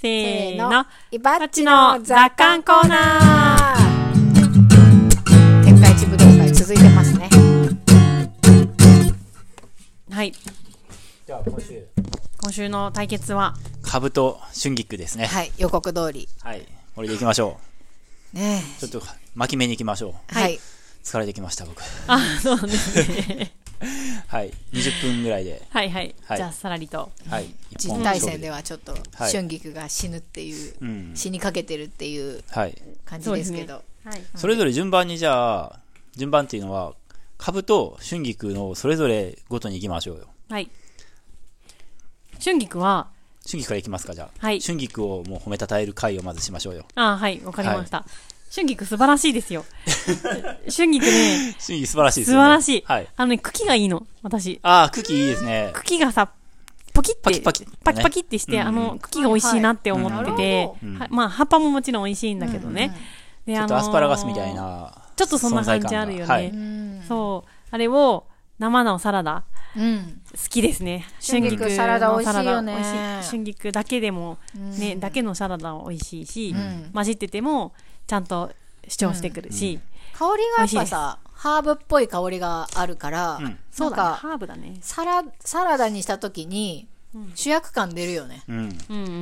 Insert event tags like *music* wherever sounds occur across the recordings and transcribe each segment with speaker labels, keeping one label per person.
Speaker 1: せー
Speaker 2: せー
Speaker 1: の
Speaker 2: の。イ
Speaker 1: あ
Speaker 2: バッ
Speaker 1: っ
Speaker 2: チ
Speaker 1: ち
Speaker 2: の
Speaker 1: の
Speaker 2: 雑
Speaker 1: 雑感
Speaker 2: 感
Speaker 1: コ
Speaker 2: コー
Speaker 1: ー
Speaker 2: ナ
Speaker 1: ナ
Speaker 2: ー天下一武道会続いてますね
Speaker 1: はい。
Speaker 3: じゃあ今週
Speaker 1: 今週の対決は、
Speaker 3: 株と春菊ですね
Speaker 2: はい予告通り
Speaker 3: はいこれでいきましょ
Speaker 2: ね
Speaker 3: うちょっと巻き目にいきましょう
Speaker 2: えはい
Speaker 3: 疲れてきました僕
Speaker 1: あ、そうなんですね。
Speaker 3: はい20分ぐらいで
Speaker 1: はいはい。
Speaker 3: はい
Speaker 1: じゃあ、さらりと。
Speaker 3: はい一
Speaker 2: 実
Speaker 3: 本
Speaker 2: 体
Speaker 3: 勝負
Speaker 2: 戦ではちょっと
Speaker 3: はい
Speaker 2: 春菊が死ぬっていう、
Speaker 3: うん
Speaker 2: 死にかけてるっていう
Speaker 3: はい
Speaker 2: 感じですけど
Speaker 1: はい。
Speaker 3: それぞれ順番にじゃあ順番っていうのは株と春菊のそれぞれごとにいきましょうよ
Speaker 1: はい。春菊は、
Speaker 3: 春菊からいきますかじゃあ、
Speaker 1: はい
Speaker 3: 春菊をもう褒めたたえる回をまずしましょうよ
Speaker 1: あはい、わかりました。春菊素晴らしいです
Speaker 3: *laughs*
Speaker 1: よ。春菊ね、
Speaker 3: 春菊素晴らしいです
Speaker 1: 素晴
Speaker 3: よ、ね、
Speaker 1: らしい。
Speaker 3: はい
Speaker 1: あのね、茎がいいの、私。
Speaker 3: ああ茎いいですね
Speaker 1: 茎がさ、ポキって、
Speaker 3: パキパキってね
Speaker 1: パキパキってして、
Speaker 3: うん
Speaker 1: あの、茎が美味しいなって思って
Speaker 2: はい
Speaker 1: て
Speaker 2: は、
Speaker 3: いなるほど
Speaker 1: はまあ、葉っぱももちろん美味しいんだけどね。で
Speaker 3: ちょっとアスパラガスみたい。な
Speaker 1: ちょっとそんな感じ
Speaker 3: 存在感が
Speaker 1: あるよね
Speaker 3: はい
Speaker 2: うん
Speaker 1: そう。あれを、生のサラダ。
Speaker 2: うん
Speaker 1: 好きですね。春菊の
Speaker 2: 春菊
Speaker 1: サ
Speaker 2: サラ
Speaker 1: ラ
Speaker 2: ダ
Speaker 1: ダ
Speaker 2: 美味しいよね
Speaker 1: 美味しい春菊だけでも、ね、だけのサラダは美味しいし、
Speaker 2: ん
Speaker 1: 混じってても、ちゃんと主張してくるし。
Speaker 2: 香りがやっぱさハーブっぽい香りがあるから、
Speaker 3: ん
Speaker 1: そう
Speaker 2: なん
Speaker 1: だね。
Speaker 2: か
Speaker 1: ハーブだね。
Speaker 2: サラサラダにした時に主役感出るよね、
Speaker 3: うんし
Speaker 1: うんうんうんう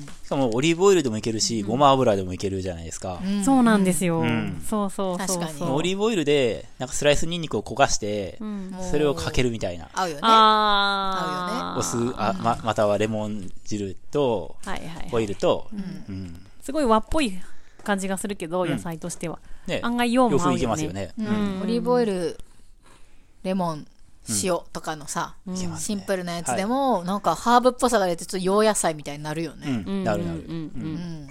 Speaker 1: ん。
Speaker 3: かもオリーブオイルでもいけるしごま油でもいけるじゃないですか、
Speaker 2: うん
Speaker 1: そうなんですよ。
Speaker 3: ん
Speaker 1: そうそうそうそう。
Speaker 2: 確かに
Speaker 3: オリーブオイルでなんかスライスニンニクを焦がして、
Speaker 1: うん。
Speaker 2: もう
Speaker 3: それをかけるみたいな
Speaker 2: 合うよね
Speaker 1: あー。
Speaker 2: 合
Speaker 3: お酢あままたはレモン汁と
Speaker 1: はいはい
Speaker 3: オ
Speaker 1: はい。
Speaker 3: イルと、うん
Speaker 1: すごい和っぽい感じがするけど、野菜としては。
Speaker 3: ね
Speaker 1: 案外洋も合うよね
Speaker 3: 洋風いけますよね、
Speaker 2: うんオリーブオイルレモン塩とかのさ、
Speaker 3: いけます
Speaker 2: シ
Speaker 3: ね
Speaker 2: ンプルなやつでも、なんかハーブっぽさが出てちょっと洋野菜みたいになるよ
Speaker 3: う
Speaker 2: ね、
Speaker 3: ん、なるなる、
Speaker 1: うんうんうん
Speaker 2: うん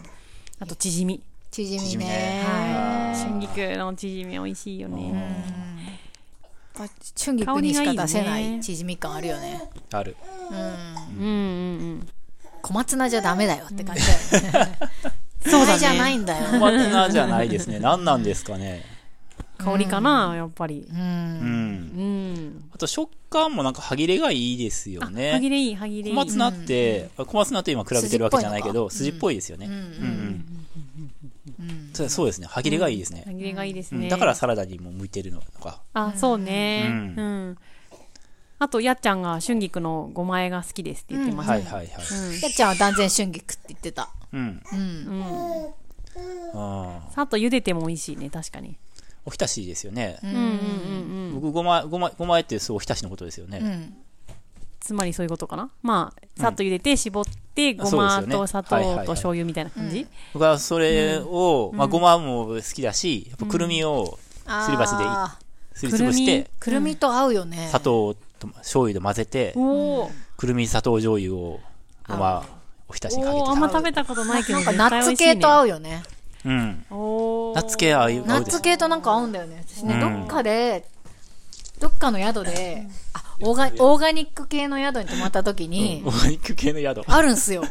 Speaker 1: あと、チヂミ。
Speaker 2: チヂ
Speaker 3: チ
Speaker 2: ミ
Speaker 3: ヂミ
Speaker 2: ね
Speaker 3: ね
Speaker 1: はい。
Speaker 3: あー
Speaker 1: 春菊のチヂミ美味しいよね。
Speaker 2: やっぱ春菊にしか出せな
Speaker 1: 香りがいい
Speaker 2: い
Speaker 1: ね
Speaker 2: チヂミ感あるよね
Speaker 3: ある
Speaker 1: うんうんうん。
Speaker 2: 小松菜じゃダメだよって感じだよね、 *laughs*
Speaker 1: そうだね
Speaker 2: じゃないんだ
Speaker 3: 小
Speaker 2: よ
Speaker 3: 松菜じゃないですね *laughs* 何なんですかね
Speaker 1: 香りかな、やっぱり
Speaker 2: う。ん
Speaker 3: うん、
Speaker 1: うん。
Speaker 3: あと食感もなんか歯切れがいいですよ
Speaker 1: 歯切
Speaker 3: ね
Speaker 1: れいい、歯切れい
Speaker 3: 小
Speaker 1: い。
Speaker 3: 松菜って、小松菜と今比べてるわけじゃないけど
Speaker 2: 筋
Speaker 3: 筋
Speaker 2: っ
Speaker 3: っ
Speaker 2: ぽ
Speaker 3: ぽいですよね、
Speaker 2: う
Speaker 3: うんん
Speaker 2: うんうん
Speaker 3: そうそうですね歯切れがいいですね
Speaker 1: 歯、切れがいいです
Speaker 3: う
Speaker 1: ね。
Speaker 3: んだからサラダにも向いてるのか
Speaker 1: あ、そうね。う
Speaker 3: うん
Speaker 1: ん。あと、やっちゃんが春菊のごまえが好きですって言ってました
Speaker 3: はい
Speaker 1: ね。
Speaker 3: はいはい、
Speaker 2: やっちゃんは断然春菊って言ってた
Speaker 3: うん
Speaker 2: うん
Speaker 3: あー
Speaker 1: さっと茹でても美味しいね、確かに。
Speaker 3: おひたしですよね、
Speaker 1: うんうんうんうん。
Speaker 3: 僕ごまごまごまえってそうおひたしのことですよね、
Speaker 2: うん
Speaker 1: つまりそういうことかな。まあ、さっと茹でて、絞って、ご
Speaker 3: そう
Speaker 1: ま
Speaker 3: ですよ
Speaker 1: と
Speaker 3: ね
Speaker 1: 砂
Speaker 3: はいはい
Speaker 1: 糖
Speaker 3: はい
Speaker 1: と醤油みたいな感じ。
Speaker 3: 僕はそれを、まあ、ごまも好きだし、やっぱくるみをすり鉢でい
Speaker 2: あ
Speaker 3: すりつぶして、
Speaker 2: ーくるみと合うよね
Speaker 3: 砂糖と醤油と混ぜて、
Speaker 1: おー。
Speaker 3: くるみ砂糖醤油をごまおひたしにかけて
Speaker 1: おー、あんま食べたことないけど、
Speaker 2: なんか
Speaker 1: 絶対
Speaker 2: ナッ
Speaker 1: 美
Speaker 2: ツ
Speaker 1: 味しいね
Speaker 2: 系と合うよね
Speaker 3: うん、
Speaker 1: おー。
Speaker 3: ナッツ系は合う合うで
Speaker 2: ナッツ系となんか合うんだよね私ね、どっかでどっかの宿であオーガオーガニック系の宿に泊まった時に、
Speaker 3: オーガニック系の宿
Speaker 2: あるんすよ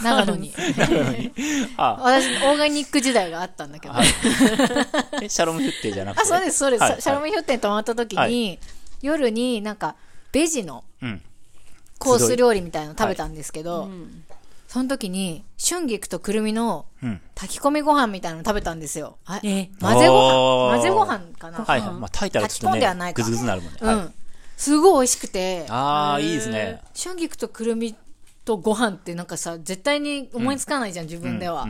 Speaker 2: 長野に
Speaker 3: あ
Speaker 2: 私オーガニック時代があったんだけど、
Speaker 3: はいえシャロムフッテじゃなくて
Speaker 2: あそうですそうです、
Speaker 3: はいはい
Speaker 2: シャロミヒョッテに泊まった時に、
Speaker 3: はい
Speaker 2: 夜になんかベジの
Speaker 3: うん
Speaker 2: コース料理みたいなの食べたんですけど、その時に春菊とくるみの
Speaker 3: うん
Speaker 2: 炊き込みご飯みたいなの食べたんですよ。あ
Speaker 1: え
Speaker 2: 混ぜご
Speaker 3: お
Speaker 2: 飯
Speaker 3: ー
Speaker 2: 混ぜご飯かな、
Speaker 3: はいはいまあ炊いたら
Speaker 2: 炊
Speaker 3: ち
Speaker 2: き
Speaker 3: ょっ
Speaker 2: 込んでは
Speaker 3: と
Speaker 2: な
Speaker 3: ね
Speaker 2: いか
Speaker 3: グズグズなるもんね、
Speaker 2: う
Speaker 3: はい
Speaker 2: ん。すごい美味しくて、
Speaker 3: ああいいですね
Speaker 2: 春菊とくるみとご飯ってなんかさ、絶対に思いつかないじゃん、自分では、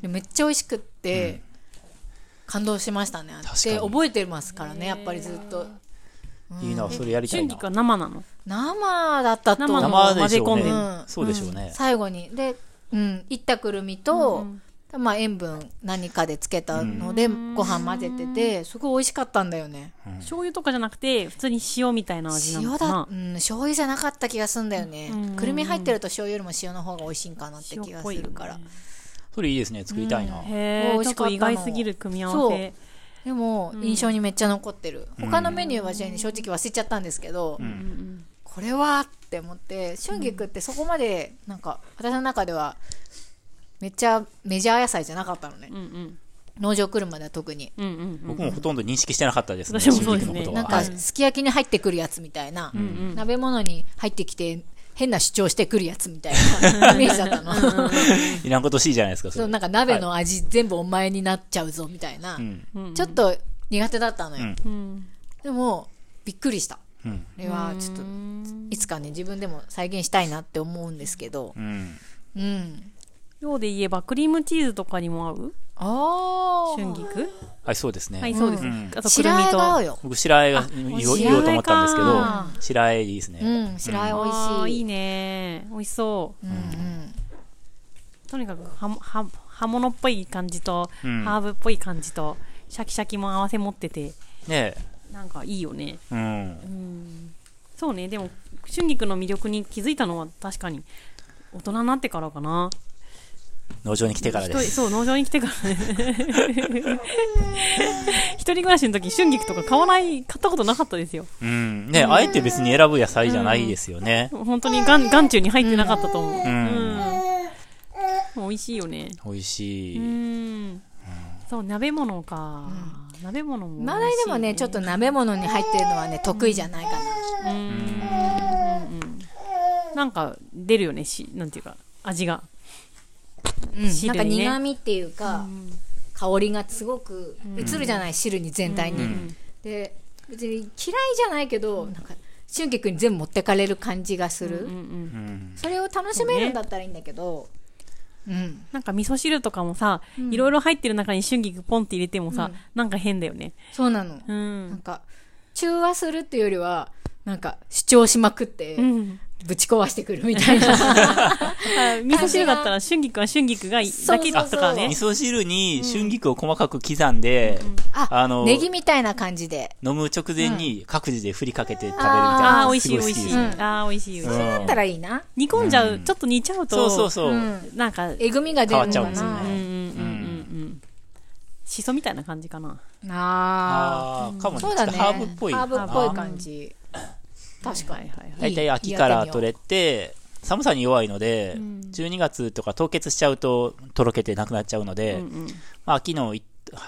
Speaker 2: でめっちゃ美味しくって、感動しましたね。
Speaker 3: 確かに
Speaker 2: で、覚えてますからね、やっぱりずっと。
Speaker 3: いいなそれやりたい
Speaker 1: 春
Speaker 3: な
Speaker 1: 菊は生なの。
Speaker 2: 生だったと思う
Speaker 1: 生の
Speaker 3: 生でしょうね、
Speaker 1: 混ぜ
Speaker 2: 込んで
Speaker 3: そうでしょうね、
Speaker 2: 最後にで、うん、いったくるみと、まあ、塩分何かでつけたので、ご飯混ぜててすごい美味しかったんだよね
Speaker 1: 醤油とかじゃなくて、普通に塩みたいな味な
Speaker 2: 塩
Speaker 1: のか
Speaker 2: だ
Speaker 1: な、
Speaker 2: う。ん、醤油じゃなかった気がすんだよね、くるみ入ってると醤油よりも塩の方が美味しいんかなって気がするから、
Speaker 3: それいいですね作りたいな、
Speaker 1: へ
Speaker 2: 美
Speaker 1: え、
Speaker 2: 味
Speaker 1: ちょ
Speaker 2: し
Speaker 1: っ
Speaker 2: か
Speaker 1: と
Speaker 2: ったの
Speaker 1: 意外すぎる組み合わせ。
Speaker 2: でも印象にめっちゃ残ってる、他のメニューは正直忘れちゃったんですけど、これはって思って春菊ってそこまでなんか私の中ではめっちゃメジャー野菜じゃなかったのね、
Speaker 1: うんうん。
Speaker 2: 農場来るまでは特に
Speaker 1: うんうん
Speaker 3: 僕もほとんど認識してなかったですね、
Speaker 1: 私もそうですね
Speaker 3: 春菊のこと
Speaker 2: なん
Speaker 3: は
Speaker 2: か
Speaker 3: はい
Speaker 2: すき焼きに入ってくるやつみたいな、鍋物に入ってきて変な主張してくるやつみたいなイメージだったの。
Speaker 3: いらんことしいじゃないですか、そ
Speaker 2: そ
Speaker 3: れ。
Speaker 2: うなんか鍋の味全部お前になっちゃうぞみたいな、
Speaker 3: ん
Speaker 2: ちょっと苦手だったのよ、
Speaker 3: うん
Speaker 1: うん。
Speaker 2: でもびっくりした
Speaker 3: うん。
Speaker 2: これはちょっといつかね自分でも再現したいなって思うんですけど
Speaker 3: うん。
Speaker 2: うん
Speaker 1: 量で言えば、クリームチーズとかにも合う
Speaker 2: あ
Speaker 1: 春菊
Speaker 3: はい、そうですね。
Speaker 1: はい、そうです。
Speaker 3: うん
Speaker 1: あと、くる
Speaker 2: 白
Speaker 1: み
Speaker 2: あえが合
Speaker 1: と
Speaker 2: う。よ
Speaker 3: 僕、白あえが言おう言おうと思ったんですけ
Speaker 1: 白
Speaker 2: あえ
Speaker 3: ど、白あえいいですね。
Speaker 2: うん白あえ美味しい
Speaker 1: あーいいね。美味しそ
Speaker 2: うんうん
Speaker 1: う。とにかくはも、は、刃物っぽい感じと、
Speaker 3: うん
Speaker 1: ハーブっぽい感じと、シャキシャキも合わせ持ってて、
Speaker 3: ねえ。
Speaker 1: なんかいいよね。
Speaker 3: うん。
Speaker 1: そうね、でも、春菊の魅力に気づいたのは確かに、大人になってからかな。
Speaker 3: 農場に来てからで
Speaker 1: 一人
Speaker 3: す。
Speaker 1: そう、農場に来てからね。 *laughs* 一人暮らしの時、春菊とか買わない、買ったことなかったですよ。
Speaker 3: うん。ねえ、あえて別に選ぶ野菜じゃないですよね。
Speaker 1: 本当に眼眼中に入ってなかったと思う。
Speaker 3: うん
Speaker 1: うん。美味しいよね。
Speaker 3: 美味し
Speaker 1: う
Speaker 3: い。
Speaker 1: ん。そう、鍋物か。鍋物も美味しい、
Speaker 2: まだでもねちょっと鍋物に入ってるのはね得意じゃないかな
Speaker 1: うん。うんうんなんか出るよね、し、なんていうか、味が。
Speaker 2: うんなん
Speaker 1: 汁
Speaker 2: か
Speaker 1: にね
Speaker 2: 苦味っていうか、香りがすごく移るじゃない、汁に全体に、で別に嫌いじゃないけど、なんか春菊に全部持ってかれる感じがす
Speaker 1: うん
Speaker 2: る、
Speaker 1: うん。
Speaker 3: うん。
Speaker 2: それを楽しめるんだったらいいんだけどう,、ん
Speaker 1: なんか味噌汁とかもさ、いろいろ入ってる中に春菊ポンって入れてもさ、なんか変だよね。
Speaker 2: そうなの、
Speaker 1: う
Speaker 2: なん
Speaker 1: ん。
Speaker 2: か中和するっていうよりはなんか主張しまくって、
Speaker 1: うん。
Speaker 2: ぶち壊してくるみた
Speaker 1: *laughs*
Speaker 2: いな
Speaker 1: あ味噌汁だったら春菊は春菊がい
Speaker 2: そう
Speaker 1: だ
Speaker 2: そうそう
Speaker 1: けとかね
Speaker 3: 味。噌汁に春菊を細かく刻んで、
Speaker 2: あ
Speaker 3: あの
Speaker 2: ネギみたいな感じで
Speaker 3: 飲む直前に各自で振りかけて食べるみたい
Speaker 1: あ
Speaker 3: な。
Speaker 1: あー、美味しい美味
Speaker 3: すご好き
Speaker 1: し
Speaker 3: で
Speaker 1: い。
Speaker 3: すね
Speaker 1: ああ、美味しい美味しい。
Speaker 2: だったらいいな、
Speaker 1: 煮込んじゃう、ちょっと煮ちゃうと、
Speaker 3: そうそうそうう。
Speaker 2: ん、
Speaker 1: なんか、
Speaker 2: えぐみが出るの
Speaker 3: 変
Speaker 2: か
Speaker 3: わっちゃうんです
Speaker 2: な
Speaker 3: よ
Speaker 1: うんうん
Speaker 3: ね
Speaker 1: うんうんうん。しそみたいな感じかな。
Speaker 2: ああ
Speaker 3: ああ、かもね。
Speaker 2: そうだね
Speaker 3: ちょっとハーブっぽい。
Speaker 2: ハーブっぽい
Speaker 3: じ。
Speaker 2: 感じ確かに、
Speaker 1: はいはいはい
Speaker 2: い
Speaker 3: 大体秋から取
Speaker 2: やっ
Speaker 3: れて、寒さに弱いので、12月とか凍結しちゃうと、とろけてなくなっちゃうので、まあ、秋のい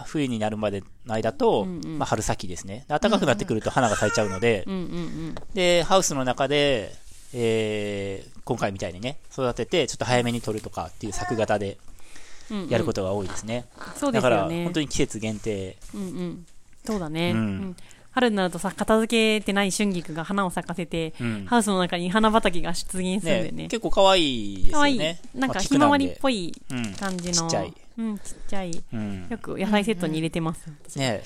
Speaker 3: 冬になるまでの間と、まあ、春先ですね。で暖かくなってくると花が咲いちゃうので、
Speaker 1: うんうん
Speaker 3: で、ハウスの中で、えー今回みたいにね、育てて、ちょっと早めに取るとかっていう作型で
Speaker 1: うん。うん
Speaker 3: やることが多いですね。
Speaker 1: そうで
Speaker 3: だ
Speaker 1: す
Speaker 3: から、
Speaker 1: よね
Speaker 3: 本。当に季節限定。
Speaker 1: うんうん。そうだね。
Speaker 3: う
Speaker 1: うんん春になるとさ、片付けてない春菊が花を咲かせて
Speaker 3: うん、
Speaker 1: ハウスの中に花畑が出現するんだ
Speaker 3: ね
Speaker 1: よね。
Speaker 3: 結構可愛いです
Speaker 1: か
Speaker 3: よ
Speaker 1: わいい
Speaker 3: ね。。
Speaker 1: なん
Speaker 3: ま
Speaker 1: か
Speaker 3: あ
Speaker 1: ひまわりっぽ
Speaker 3: い。
Speaker 1: い
Speaker 3: うん。
Speaker 1: 感じの。
Speaker 3: ちっちゃい。
Speaker 1: うん、ちっちゃい。よ
Speaker 3: うん。ね
Speaker 1: く野菜セットに入れてます。
Speaker 3: え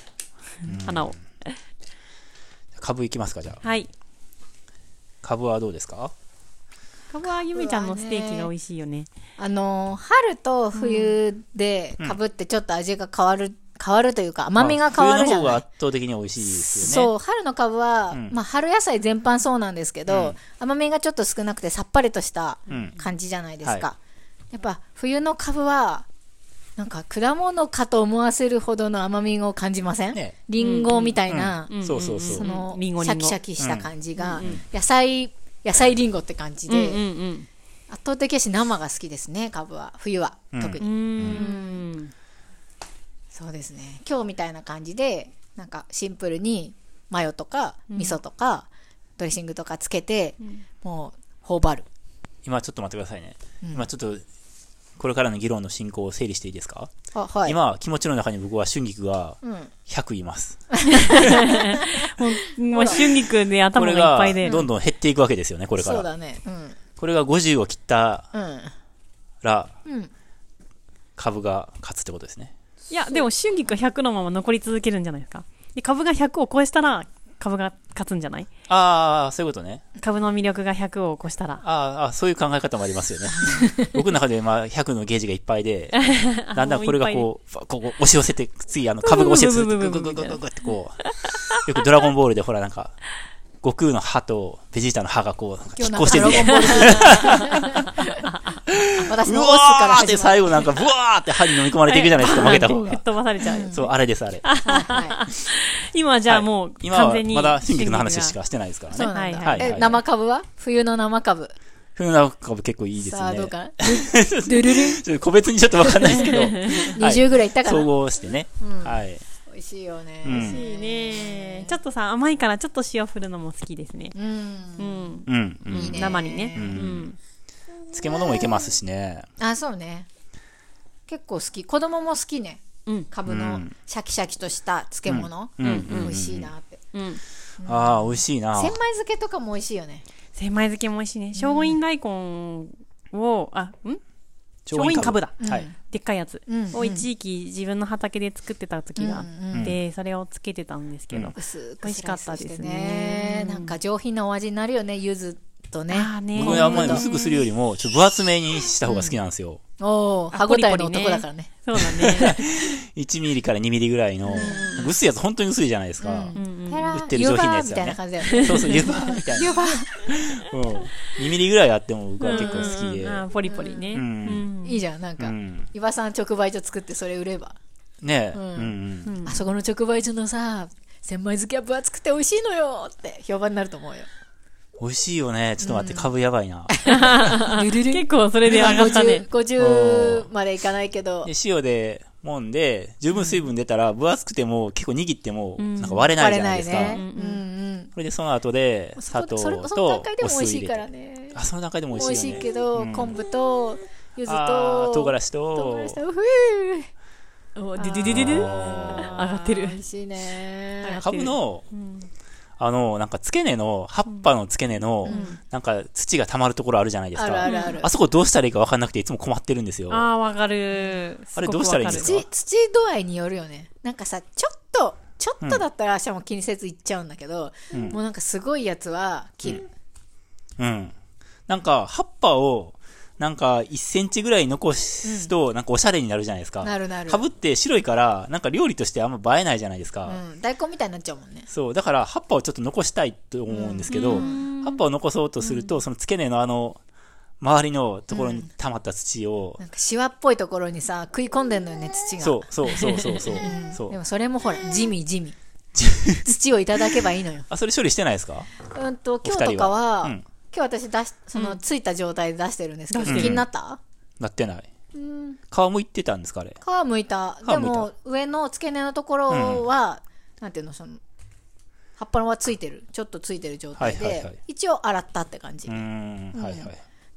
Speaker 1: 花を。
Speaker 3: 株いきますか、じゃあ。
Speaker 1: はい。
Speaker 3: 株はどうですか
Speaker 1: かぶはゆめちゃんのステーキが美味しいよね。
Speaker 2: あの春と冬でかぶってちょっと味が変わる、変わるというか甘みが変わるじゃ
Speaker 3: まあ冬の方が
Speaker 2: ない、
Speaker 3: 圧倒的に美味しいですよ
Speaker 2: そ
Speaker 3: ね。
Speaker 2: う春のかぶは、
Speaker 3: ん
Speaker 2: まあ、春野菜全般そうなんですけど、甘みがちょっと少なくてさっぱりとした
Speaker 3: うん
Speaker 2: 感じじゃないですか、
Speaker 3: はい
Speaker 2: やっぱ冬のかぶはなんか果物かと思わせるほどの甘みを感じません、
Speaker 3: ね
Speaker 2: りんごみたいな、
Speaker 1: ん
Speaker 3: そうそうそう
Speaker 2: その
Speaker 1: リンゴ
Speaker 2: シ
Speaker 1: リ
Speaker 2: ャ
Speaker 1: ン
Speaker 2: キ
Speaker 1: ゴ
Speaker 2: シャキした感じが、野菜野菜リンゴって感じ
Speaker 1: うん
Speaker 2: で、
Speaker 1: うん
Speaker 2: 圧倒的やし生が好きですね株は冬は、
Speaker 3: うん
Speaker 2: 特
Speaker 1: う
Speaker 2: に
Speaker 1: ん。うーん。
Speaker 2: そうですね今日みたいな感じでなんかシンプルにマヨとか味噌とか、ドレッシングとかつけて、もう頬張る
Speaker 3: 今ちょっと待ってくださいね。今ちょっと、これからの議論の進行を整理していいですか、
Speaker 2: あはい
Speaker 3: 今、気持ちの中に僕は春菊が
Speaker 2: うん
Speaker 3: 100います。
Speaker 1: もう春菊で
Speaker 3: こ
Speaker 1: 頭が
Speaker 3: れ
Speaker 1: いっぱい
Speaker 3: が
Speaker 1: で。
Speaker 3: どんどん減っていくわけですよね、これか
Speaker 2: そう
Speaker 3: ら。
Speaker 2: だねうん
Speaker 3: これが50を切った
Speaker 2: うん
Speaker 3: ら、
Speaker 2: うん
Speaker 3: 株が勝つってことですね。
Speaker 1: いや、でも春菊は100のまま残り続けるんじゃないですか。で、株が100を超えしたら、株が勝つんじゃない
Speaker 3: ああ、そういうことね。
Speaker 1: 株の魅力が100を超したら。
Speaker 3: あーあー、そういう考え方もありますよ
Speaker 2: *laughs*
Speaker 3: ね。僕の中で、まあ、100のゲージがいっぱいで、だんだんこれがこう、こう押し寄せて、次、あの、株が押し寄せて、グ
Speaker 1: ブブ
Speaker 3: グ
Speaker 1: ブ
Speaker 3: ググ
Speaker 1: ブブ
Speaker 3: グググってこう、よくドラゴンボールでほら、なんか、悟空の歯とベジータの歯がこう、なんか
Speaker 2: 今日
Speaker 3: 拮
Speaker 2: なん
Speaker 3: 抗
Speaker 2: か
Speaker 3: して
Speaker 2: ドラ
Speaker 3: る
Speaker 2: ゴ
Speaker 3: みたい
Speaker 2: ン
Speaker 3: な。
Speaker 2: ボール風 *laughs* 私
Speaker 3: う
Speaker 2: の
Speaker 3: わ
Speaker 2: オスから
Speaker 3: ー
Speaker 2: 始
Speaker 3: って
Speaker 2: まる
Speaker 3: 最後なんか、ブワーって歯に飲み込まれていくじゃないですか、負けた方
Speaker 1: 吹っ
Speaker 3: が。
Speaker 1: 飛ばされちゃう。
Speaker 3: そう、あれです、あれ。
Speaker 2: はいはい
Speaker 1: 今じゃあもう、
Speaker 3: 今は
Speaker 1: 完全に。
Speaker 3: まだ春菊の話し。かしてないですから
Speaker 2: そうな
Speaker 3: ね。
Speaker 2: んだ、
Speaker 1: はいはい
Speaker 3: はい
Speaker 2: え生株は冬の生株
Speaker 3: 冬の株結構いいです
Speaker 2: さあ
Speaker 3: ね
Speaker 2: ど
Speaker 3: *laughs*
Speaker 2: う。かなドゥルルン *laughs*
Speaker 3: ちょっと個別にちょっとわかんないですけど、はい
Speaker 2: 20ぐらいいったかな、
Speaker 3: 総合してね。はい。
Speaker 2: 美味しいよね。
Speaker 3: うん
Speaker 1: 美味しいね。ちょっとさ、甘いからちょっと塩振るのも好きですね。
Speaker 2: うん。
Speaker 1: うん。
Speaker 3: うん、
Speaker 1: う
Speaker 3: う。
Speaker 1: んん生にね。うん。
Speaker 3: 漬物もいけますしね。
Speaker 2: あ、そうね。結構好き。子供も好きね。
Speaker 1: うん。
Speaker 2: カブ
Speaker 3: う
Speaker 2: の
Speaker 3: ん
Speaker 2: シャキシャキとした漬物。
Speaker 3: うんうん
Speaker 2: 美味しいなって。
Speaker 1: うん。
Speaker 3: ああ、美味しいな。
Speaker 2: 千枚漬けとかも美味しいよね。
Speaker 1: 千枚漬けも美味しいね。松陰大根を、あ、ん
Speaker 3: 超
Speaker 1: 松陰かぶだ
Speaker 3: はい。
Speaker 1: でっかいやつ
Speaker 2: うん
Speaker 1: を一時期自分の畑で作ってた時があ
Speaker 2: うん
Speaker 3: うん
Speaker 1: って、それをつけてたんですけ
Speaker 3: う
Speaker 1: ど
Speaker 3: ん。
Speaker 2: 薄
Speaker 1: 美
Speaker 2: く
Speaker 1: 味し
Speaker 2: ス
Speaker 1: か
Speaker 2: ライ
Speaker 1: っ
Speaker 2: ス
Speaker 1: た
Speaker 2: し
Speaker 1: で
Speaker 2: て
Speaker 1: す
Speaker 2: ね
Speaker 1: ね。
Speaker 2: なんか上品なお味になるよね、柚子とね。
Speaker 1: ああね。
Speaker 3: 僕はあんまり
Speaker 2: ね
Speaker 3: 薄くするよりも、ちょっと分厚めにした方が好きなんですよ。
Speaker 2: おお、
Speaker 1: あ
Speaker 2: 歯応えの
Speaker 1: ポリポリね
Speaker 2: 男だからね。
Speaker 1: そうだね。
Speaker 3: 1ミリから2ミリぐらいの、薄いやつ本当に薄いじゃないです
Speaker 2: う
Speaker 3: か。
Speaker 2: ん。ペラ
Speaker 3: 売ってる上品な
Speaker 2: 湯葉
Speaker 3: やつ
Speaker 2: みた
Speaker 3: だ
Speaker 2: い
Speaker 3: よね
Speaker 2: な感じだよ
Speaker 3: *laughs*
Speaker 2: ね。
Speaker 3: そうそう、湯葉みたいな。
Speaker 2: 湯葉
Speaker 3: うん。2ミリぐらいあっても僕は結構好きで。
Speaker 1: うんうんあーポリポリね。
Speaker 3: う
Speaker 1: うんん。
Speaker 2: いいじゃん、なんか
Speaker 3: う。ん。
Speaker 2: 岩さん直売所作ってそれ売れば。
Speaker 3: ねえ。う
Speaker 2: うんん
Speaker 3: うん。
Speaker 2: あそこの直売所のさ、千枚漬けは分厚くて美味しいのよって評判になると思うよ。
Speaker 3: 美味しいよね。ちょっと待って、株やばいな。
Speaker 1: 結構それで上がったね
Speaker 2: 50。50までいかないけど
Speaker 3: で、塩で揉んで、十分水分出たら、分厚くても、結構握っても、なんか割れないじゃないですか。
Speaker 2: 割れないね。うんうん。
Speaker 3: それで、その後で、
Speaker 2: そ
Speaker 3: 砂
Speaker 2: こ
Speaker 3: 糖と、
Speaker 2: それその段階でも美
Speaker 3: お
Speaker 2: 味
Speaker 3: 酢
Speaker 2: し
Speaker 3: 入
Speaker 2: い
Speaker 3: れ
Speaker 2: から
Speaker 3: て。
Speaker 2: ね。
Speaker 3: あ、その段階でも美
Speaker 2: 美
Speaker 3: 味しい、
Speaker 2: 味
Speaker 3: ね。
Speaker 2: しいけど、
Speaker 3: うん
Speaker 2: 昆布と、柚子
Speaker 3: あ
Speaker 2: と
Speaker 3: ー、唐辛子と、
Speaker 2: 唐辛子と、ふぅ
Speaker 1: お、ででででで。
Speaker 3: あ
Speaker 1: 上がってる
Speaker 2: 美味しいね
Speaker 3: ー。株の、あの、なんか付け根の、葉っぱの付け根の、なんか土が溜まるところあるじゃないです
Speaker 2: あ
Speaker 3: か。
Speaker 2: るあるある
Speaker 3: あ。そこどうしたらいいか分かんなくて、いつも困ってるんですよ。
Speaker 1: ああ、わかる。
Speaker 3: あれどうしたらいいんですか
Speaker 1: ごくわ
Speaker 2: 土、土度合いによるよね。なんかさ、ちょっと、ちょっとだったら足も気にせずいっちゃうんだけど、
Speaker 3: うん
Speaker 2: もうなんかすごいやつは切る。
Speaker 3: うん。なんか、葉っぱを、なんか、1センチぐらい残すと、なんかおしゃれになるじゃないですか。
Speaker 2: なるなる
Speaker 3: かぶって白いから、なんか料理としてあんま映えないじゃないですか。
Speaker 2: うん。大根みたいになっちゃうもんね。
Speaker 3: そう、だから葉っぱをちょっと残したいと思うんですけど、葉っぱを残そうとすると、その付け根のあの、周りのところに溜まった土を、
Speaker 2: なんかシワっぽいところにさ、食い込んでんのよね、土が。
Speaker 3: そうそうそうそうそう。そう
Speaker 2: でもそれもほら、地味
Speaker 3: *laughs*
Speaker 2: 地味。土をいただけばいいのよ。
Speaker 3: あ、それ処理してないですか
Speaker 2: うんと、
Speaker 3: お二
Speaker 2: 今
Speaker 3: 人は
Speaker 2: 日とかは、
Speaker 3: うん
Speaker 2: 今日私出し、その、ついた状態で出してるんですけど、
Speaker 1: 出してる
Speaker 2: 気になった
Speaker 3: なってない。皮むいてたんですかあれ。
Speaker 2: 皮むいた。
Speaker 3: 皮むいた
Speaker 2: でも、上の付け根のところは、なんていうの、その、葉っぱのはついてる。ちょっとついてる状態で、
Speaker 3: はいはいはい
Speaker 2: 一応洗ったって感じ。
Speaker 3: うーん、はいは
Speaker 2: で
Speaker 3: い。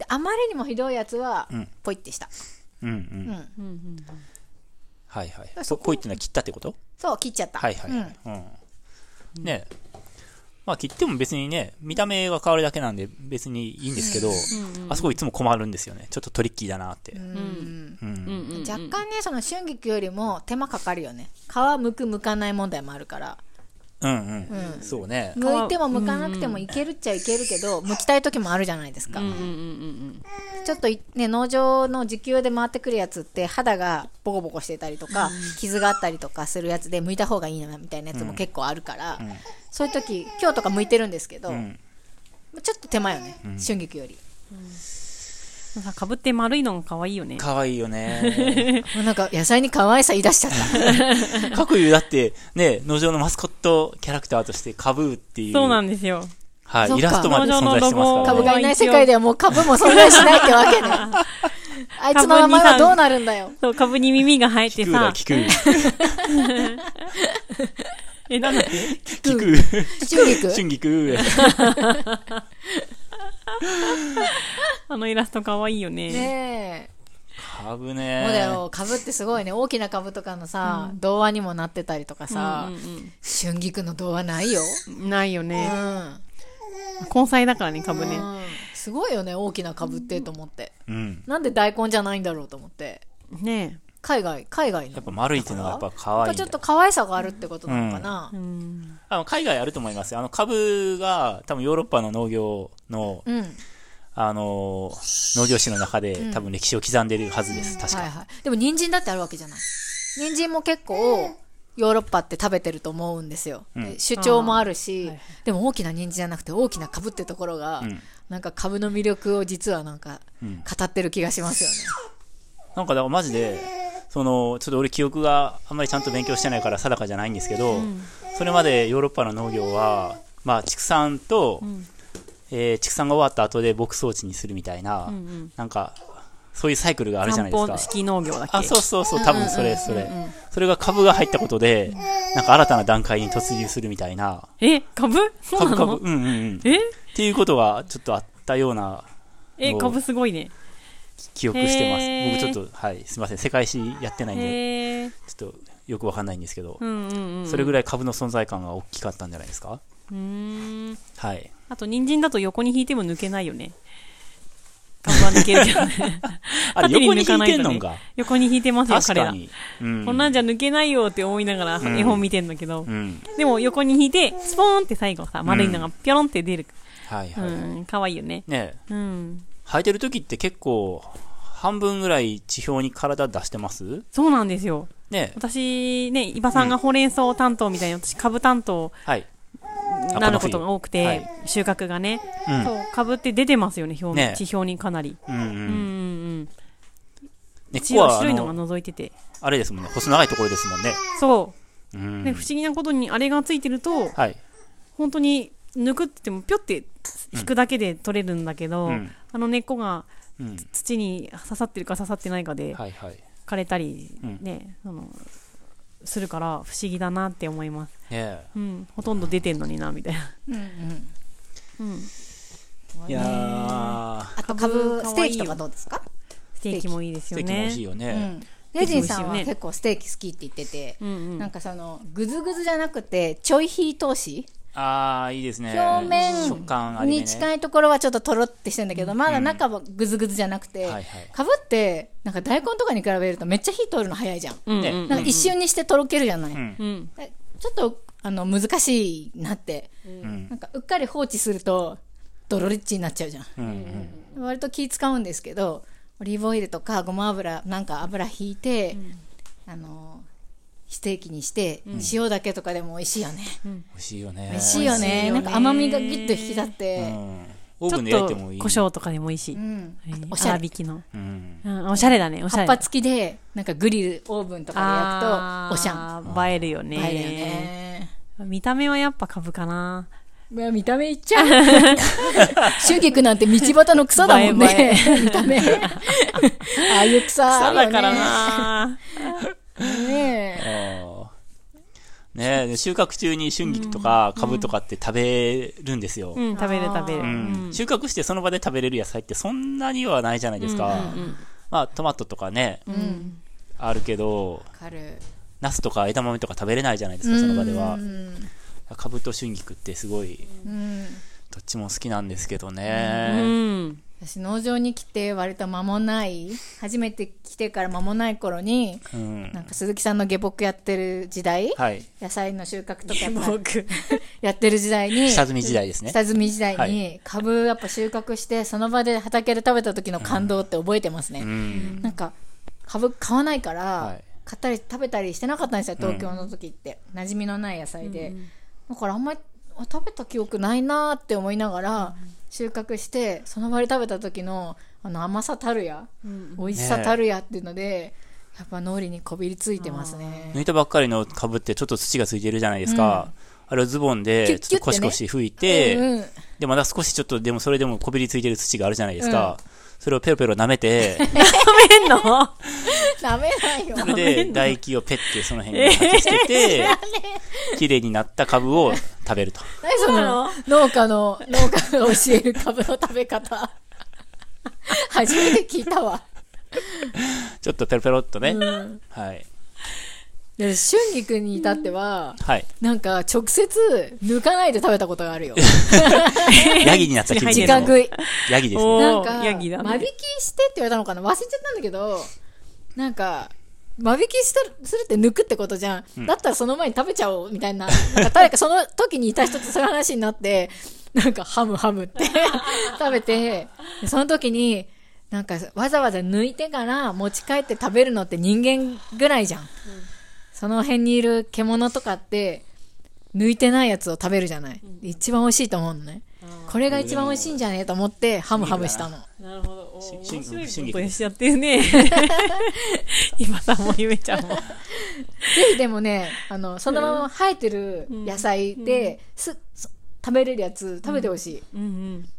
Speaker 2: あまりにもひどいやつは、
Speaker 3: ん
Speaker 2: ポイってした。
Speaker 3: うんう。
Speaker 2: うんん。
Speaker 1: うんうん
Speaker 3: はいはい。
Speaker 2: そ
Speaker 3: こ
Speaker 2: こ
Speaker 3: こういってのは切ったってこと
Speaker 2: そう、切っちゃった。
Speaker 3: はいはい
Speaker 2: うん
Speaker 3: はい。うん。ねえ。まあ切っても別にね、見た目が変わるだけなんで別にいいんですけど、あそこいつも困るんですよね。ちょっとトリッキーだなって。
Speaker 2: うん
Speaker 3: うん
Speaker 1: うんうんうん
Speaker 2: 若干ね、その春菊よりも手間かかるよね。皮むくむかない問題もあるから。
Speaker 3: うんうん。そうね。
Speaker 2: 剥いても剥かなくてもいけるっちゃいけるけど、剥きたい時もあるじゃないですか。
Speaker 1: うんうんうん
Speaker 2: ちょっといね、農場の時給で回ってくるやつって肌がボコボコしてたりとか、傷があったりとかするやつで剥いた方がいいなみたいなやつも結構あるから、そういう時、今日とか剥いてるんですけど、
Speaker 3: ん
Speaker 2: ちょっと手間よね、春菊より。 *laughs*
Speaker 1: うん。さ、かぶって丸いのが可愛いよね。
Speaker 3: 可愛いよね。
Speaker 2: もうなんか野菜に可愛さ言い出しちゃ *laughs* った。
Speaker 3: 各有だって、ね、農場のマスコットキャラクターとしてカブーっていう。
Speaker 1: そうなんですよ。
Speaker 3: は
Speaker 2: そ
Speaker 3: い、
Speaker 2: っか
Speaker 3: イラストまで存在し
Speaker 1: 農場
Speaker 3: てますか
Speaker 1: のロ
Speaker 3: ら
Speaker 2: 株
Speaker 1: ゴ
Speaker 3: ね。
Speaker 2: がいない世界ではもう株も存在しないってわけね。 *laughs* あいつの名前はどうなるんだよ。
Speaker 1: そう、株に耳が生えて
Speaker 3: キクーだ、
Speaker 1: さ、
Speaker 3: キクー。
Speaker 1: え、なんだって
Speaker 3: キクー。
Speaker 2: *laughs* 春菊
Speaker 3: 春菊。
Speaker 1: あのイラスト可愛いよね。
Speaker 2: ねえ。
Speaker 3: カブね。
Speaker 2: そうだよ、株ってすごいね、大きな株とかのさ、童話にもなってたりとかさ、春菊の童話ないよ。
Speaker 1: ないよ
Speaker 2: う
Speaker 1: ね。
Speaker 2: ん。
Speaker 1: 根菜だからね、株ね。
Speaker 2: すごいよね、大きな株ってと思って。
Speaker 3: うん。
Speaker 2: なんで大根じゃないんだろうと思って。
Speaker 1: ね
Speaker 2: 海外、海外の。
Speaker 3: やっぱ丸いっていうのがやっぱ可
Speaker 2: やっ
Speaker 3: 愛い
Speaker 2: ぱ
Speaker 3: ん
Speaker 2: ち
Speaker 3: だ
Speaker 2: ょっと可愛さがあるってことなのかな
Speaker 1: え。う。ん。
Speaker 3: あの海外あると思いますよ。あの、カブが多分ヨーロッパの農業の、
Speaker 2: うん。
Speaker 3: あのー農業史の中で多分歴史を刻んでるはずです。確か。
Speaker 2: はいはい。でも人参だってあるわけじゃない。人参も結構、ヨーロッパって食べてると思うんですよ。で主張もあるし、でも大きな人参じゃなくて大きな株ってところが、
Speaker 3: ん
Speaker 2: なんか株の魅力を実はなんか、
Speaker 3: ん
Speaker 2: 語ってる気がしますよね。
Speaker 3: なんかだからマジで、その、ちょっと俺記憶があんまりちゃんと勉強してないから定かじゃないんですけど、それまでヨーロッパの農業は、まあ畜産と、えー畜産が終わった後で牧草地にするみたいな、なんか、そういうサイクルがあるじゃないです
Speaker 1: 散
Speaker 3: か
Speaker 1: 歩。式農業だっけ
Speaker 3: あ、そうそうそう、多分それ、それ。それが株が入ったことで、なんか新たな段階に突入するみたいな。
Speaker 1: え株そうな
Speaker 3: 株
Speaker 1: の
Speaker 3: 株、うんうんうん。っ
Speaker 1: え
Speaker 3: ていうことがちょっとあったような
Speaker 1: え
Speaker 3: もう
Speaker 1: 株すごいね
Speaker 3: 記憶してま
Speaker 1: へー
Speaker 3: す。僕ちょっと、はい、すみません、世界史やってないんで、
Speaker 1: へえ
Speaker 3: ちょっとよくわかんないんですけど
Speaker 1: う、んうんうん
Speaker 3: それぐらい株の存在感が大きかったんじゃないですか。
Speaker 1: うーん
Speaker 3: はい。
Speaker 1: あと人参だと横に引いても抜けないよね株は抜けるじゃん
Speaker 3: *laughs*
Speaker 1: 縦
Speaker 3: あれ、
Speaker 1: に
Speaker 3: 横
Speaker 1: 抜
Speaker 3: に引
Speaker 1: か
Speaker 3: い
Speaker 1: ない
Speaker 3: て
Speaker 1: と
Speaker 3: ん
Speaker 1: ね
Speaker 3: のか。
Speaker 1: 横に引いてますよ
Speaker 3: 確
Speaker 1: 彼
Speaker 3: からに。うん
Speaker 1: こんなんじゃ抜けないよって思いなが
Speaker 3: う
Speaker 1: ら
Speaker 3: ん
Speaker 1: 絵本見てんだけど、
Speaker 3: うん。
Speaker 1: でも横に引いてスポーンって最後さ丸いのがピョロンって出る
Speaker 3: はいは
Speaker 1: う
Speaker 3: い。
Speaker 1: ん可愛いよね
Speaker 3: ねえ
Speaker 1: うん
Speaker 3: 生えてる時って結構、半分ぐらい地表に体出してます
Speaker 1: そうなんですよ
Speaker 3: ねえ
Speaker 1: 私ね伊庭さんがほうれん草担当みたいに私株担当
Speaker 3: はい。
Speaker 1: になることが多くて、
Speaker 3: はい
Speaker 1: 収穫がね、
Speaker 3: うん
Speaker 1: そう株って出てますよね表面、
Speaker 3: ね
Speaker 1: 地表にかなり
Speaker 3: うんう
Speaker 1: うんうん
Speaker 3: ん。根っこ
Speaker 1: 白い
Speaker 3: は、あ
Speaker 1: 白いのが
Speaker 3: の
Speaker 1: 覗いてて
Speaker 3: あれですもんね、細長いところですもんね。
Speaker 1: そうう、
Speaker 3: ん
Speaker 1: で。不思議なことにあれがついてると
Speaker 3: はい。
Speaker 1: 本当に抜くって言ってもピョって引くだけで取れるんだけど、
Speaker 3: うん
Speaker 1: あの根っこが
Speaker 3: うん。
Speaker 1: 土に刺さってるか刺さってないかで
Speaker 3: はいはい。
Speaker 1: 枯れたり
Speaker 3: うん
Speaker 1: ね、あのするから不思議だなって思います、
Speaker 3: ねえ。
Speaker 1: うん、ほとんど出てんのになみたいな、
Speaker 2: うんうん
Speaker 1: うん、
Speaker 3: いやー、
Speaker 2: あと
Speaker 1: 株
Speaker 2: 株
Speaker 1: 可
Speaker 2: ス
Speaker 1: 愛
Speaker 2: テ
Speaker 1: いよ
Speaker 2: ーキとかどうですか
Speaker 1: ステーキもいいです
Speaker 3: ス
Speaker 1: よ
Speaker 3: テー
Speaker 1: ね
Speaker 3: キも美味しいよ
Speaker 2: う
Speaker 3: ね。
Speaker 2: んレジンさん
Speaker 1: ス
Speaker 2: は
Speaker 1: テーキ美味しいよね
Speaker 2: 結構ステーキ好きって言ってて、
Speaker 1: うんうん
Speaker 2: なんかそのグズグズじゃなくてちょい火通し
Speaker 3: あー、いいですね。
Speaker 2: 表面
Speaker 3: 食感あり
Speaker 2: に
Speaker 3: ね。
Speaker 2: 近いところはちょっととろってしてんだけど、まだ中はグズグズじゃなくて、
Speaker 3: はいはい
Speaker 2: かぶってなんか大根とかに比べるとめっちゃ火通るの早いじゃん,、
Speaker 1: うん
Speaker 3: ね
Speaker 2: なんか一瞬にしてとろけるじゃない、
Speaker 3: うん。
Speaker 1: うん
Speaker 2: えちょっとあの難しいなって、
Speaker 3: ん
Speaker 2: なんかうっかり放置するとドロリッチになっちゃうじゃん、
Speaker 3: うんうん。
Speaker 2: 割と気使うんですけどオリーブオイルとかごま油なんか油引いて、あのステーキにして、塩だけとかでも美味しいよね、
Speaker 3: 美味しいよね。
Speaker 2: 美味しいよね
Speaker 1: 美味しいよね
Speaker 2: なんか甘みがギュッと引き立って、
Speaker 3: うん。オー
Speaker 1: ちょ
Speaker 3: ブ
Speaker 1: っ
Speaker 3: ンで
Speaker 1: と
Speaker 3: 焼いてもいい。
Speaker 1: 胡椒とかでもいいし、
Speaker 2: うん
Speaker 1: えー
Speaker 2: おしゃ
Speaker 1: 粗
Speaker 2: れ
Speaker 1: 挽きの、
Speaker 3: うん。
Speaker 1: うん、おしゃれだねおしゃ
Speaker 2: 葉
Speaker 1: れ
Speaker 2: っぱ付きでなんかグリルオーブンとかで焼くとおしゃん
Speaker 1: ん映えるよね
Speaker 2: 映えるよね
Speaker 1: 見た目はやっぱ株かな
Speaker 2: うわ見た目いっちゃう *laughs* 春菊なんて道端の草だもんね見た目 *laughs* ああいう草
Speaker 1: 草
Speaker 2: あるよね
Speaker 1: だからな
Speaker 2: ねえ
Speaker 3: あーねえ収穫中に春菊とか株とかって食べるんですよ。
Speaker 1: うん食べる食べる、
Speaker 3: うん収穫してその場で食べれる野菜ってそんなにはないじゃないですか。まあトマトとかね、あるけど、
Speaker 2: わかる
Speaker 3: ナスとか枝豆とか食べれないじゃないですか、その場では
Speaker 2: う。ん
Speaker 3: 株と春菊ってすごい、
Speaker 2: うん
Speaker 3: どっちも好きなんですけど
Speaker 1: う
Speaker 3: ね。
Speaker 1: ん
Speaker 2: 私農場に来て割と間もない初めて来てから間もない頃に
Speaker 3: うん。
Speaker 2: なんか鈴木さんの下僕やってる時代
Speaker 3: はい。
Speaker 2: 野菜の収穫とかやっ
Speaker 1: *laughs*
Speaker 2: ぱ
Speaker 1: 僕
Speaker 2: *laughs* やってる時代に
Speaker 3: 下積み時代ですね。
Speaker 2: 下積み時代
Speaker 3: は
Speaker 2: に
Speaker 3: い
Speaker 2: 株やっぱ収穫してその場で畑で食べた時の感動って覚えてますね、
Speaker 3: うん。
Speaker 2: なんか株買わないから、
Speaker 3: はい
Speaker 2: 買ったり食べたりしてなかったんですよ東京の時って、馴染みのない野菜で、だからあんまりあ食べた記憶ないなーって思いながら収穫してその場で食べた時のあの甘さたるや、美味しさたるやっていうので、やっぱ脳裏にこびりついてますね
Speaker 3: 抜いたばっかりの株ってちょっと土がついてるじゃないですか。あれをズボン
Speaker 2: キュ
Speaker 3: で、
Speaker 2: ッ
Speaker 3: ち
Speaker 2: キ
Speaker 3: ょ
Speaker 2: ュ
Speaker 3: っとコシコシ吹いて、
Speaker 2: うんうん
Speaker 3: で、まだ少しちょっと、でもそれでもこびりついてる土があるじゃないですか。それをペロペロ舐め
Speaker 2: *laughs*
Speaker 3: て、
Speaker 1: 食べんの
Speaker 2: ダメだよ
Speaker 3: それで唾液をペッてその辺に吐き捨てて、綺麗になった株を食べると。
Speaker 2: 何その農家の、農家が教える株の食べ *laughs* 方。初めて聞いたわ。
Speaker 3: ちょっとペロペロっとね。はい。
Speaker 2: で春菊に至っては、
Speaker 3: はい。
Speaker 2: なんか直接抜かないで食べたことがあるよ。
Speaker 3: *laughs* ヤギになった気分
Speaker 1: 口
Speaker 2: 自
Speaker 1: に
Speaker 2: 家
Speaker 1: 入
Speaker 2: 食い。
Speaker 3: ヤギです
Speaker 1: お
Speaker 3: ね。
Speaker 1: ー
Speaker 2: なんか、
Speaker 1: ヤギだね
Speaker 2: 間引きしてって言われたのかな忘れちゃったんだけど、なんか、間引きしたするって抜くってことじゃん。だったらその前に食べちゃおうみたいな。なんか誰かその時にいた人とそういう話になって、なんかハムハムって *laughs* 食べて、でその時に、なんかわざわざ抜いてから持ち帰って食べるのって人間ぐらいじゃん。その辺にいる獣とかって、抜いてないやつを食べるじゃない。一番美味しいと思うのね。これが一番美味しいんじゃねえと思って、ハムハムしたの。
Speaker 1: なるほどお面
Speaker 3: し
Speaker 1: 白い
Speaker 3: し
Speaker 1: ことにしちゃってるね今さんもゆめちゃんも
Speaker 2: ぜひでもね、あの、そのまま生えてる野菜で、す、す食べれるやつ食べてほしい。
Speaker 1: うんうん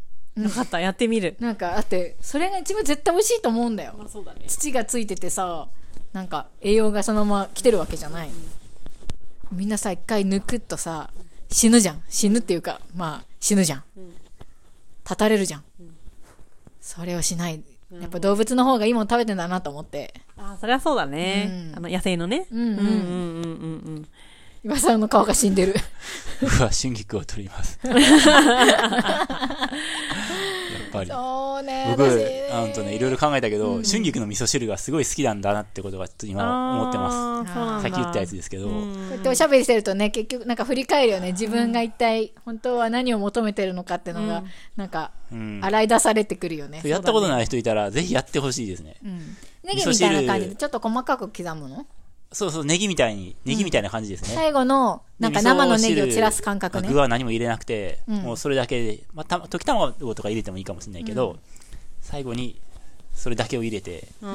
Speaker 1: よかったやってみる、
Speaker 2: なんかだってそれが一番絶対美味しいと思うんだよ
Speaker 1: まあそうだね
Speaker 2: 土がついててさなんか栄養がそのまま来てるわけじゃないみんなさ一回抜くとさ死ぬじゃん死ぬっていうかまあ死ぬじゃん立たれるじゃんそれをしないやっぱ動物の方がいいもの食べてんだなと思って
Speaker 1: あそりゃそうだね、
Speaker 2: うん
Speaker 1: あの野生のねうん
Speaker 2: う
Speaker 1: う
Speaker 2: ん
Speaker 1: んうんうん
Speaker 2: 岩さんの顔が死んでる
Speaker 3: うわ、春菊を取ります。
Speaker 2: *laughs*
Speaker 3: やっぱり。
Speaker 2: そうね
Speaker 3: 僕、あんとね、いろいろ考えたけど、春菊の味噌汁がすごい好きなんだなってことが、ちょっと今思ってます。
Speaker 1: あーそうなん
Speaker 3: さ
Speaker 1: だ
Speaker 3: っき言ったやつですけど、
Speaker 1: うん
Speaker 2: こうやっておしゃべりしてるとね結局なんか振り返るよね自分が一体本当は何を求めてるのかっていうのが、なんか
Speaker 3: うん
Speaker 2: 洗い出されてくるよね、
Speaker 3: やったことない人いたら、ぜひやってほしいですね。
Speaker 2: うんネギみたいな感じでちょっと細かく刻むの
Speaker 3: そうそう、ネギみたいに、ネギみたいな感じですね。
Speaker 2: 最後のなんか
Speaker 3: で味噌
Speaker 2: 生のネギを
Speaker 3: 汁
Speaker 2: 散らす感覚ね
Speaker 3: 具は何も入れなくて、
Speaker 2: うん
Speaker 3: もうそれだけで、まあ、た溶き卵とか入れてもいいかもしれないけど、最後に、それだけを入れて、
Speaker 2: うん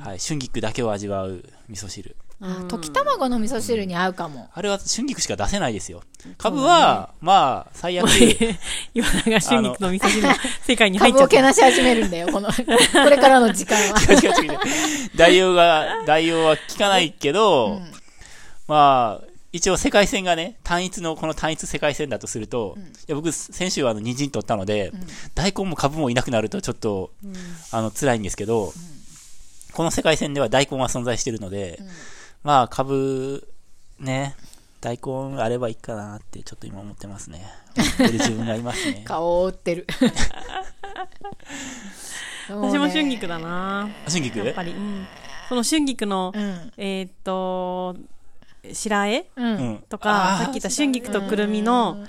Speaker 3: はい、春菊だけを味わう味噌汁。
Speaker 2: あ溶き卵の味噌汁に合うかも、
Speaker 3: あれは春菊しか出せないですよ。カブは、まあ、最悪、
Speaker 1: 今永春菊の味噌汁の世界に入っ
Speaker 2: 株
Speaker 1: ちゃ
Speaker 2: を
Speaker 1: っ
Speaker 2: け
Speaker 1: た
Speaker 2: なし始めるんだよこ
Speaker 3: *laughs*
Speaker 2: のこれからの時間は。
Speaker 3: 違う違う違う代用が、代用は効かないけど、まあ、一応世界線がね、単一の、この単一世界線だとすると、いや僕、先週はあの、人参取ったので、大根も株もいなくなるとちょっと、あの、辛いんですけど、この世界線では大根は存在してるので、まあ、株、ね、大根あればいいかなってちょっと今思ってますね。思ってる自分がいます
Speaker 2: *laughs*
Speaker 3: ね
Speaker 2: 顔を覆って
Speaker 3: *laughs*
Speaker 2: る
Speaker 1: 私
Speaker 2: 私
Speaker 1: も春菊だな
Speaker 3: 春菊
Speaker 1: やっぱり、うん、その春菊の、
Speaker 2: うん
Speaker 1: えーっと白あえ
Speaker 2: うん、
Speaker 3: う
Speaker 2: うん
Speaker 3: ん。
Speaker 1: とか
Speaker 3: あー
Speaker 1: さっき言った春菊とくるみの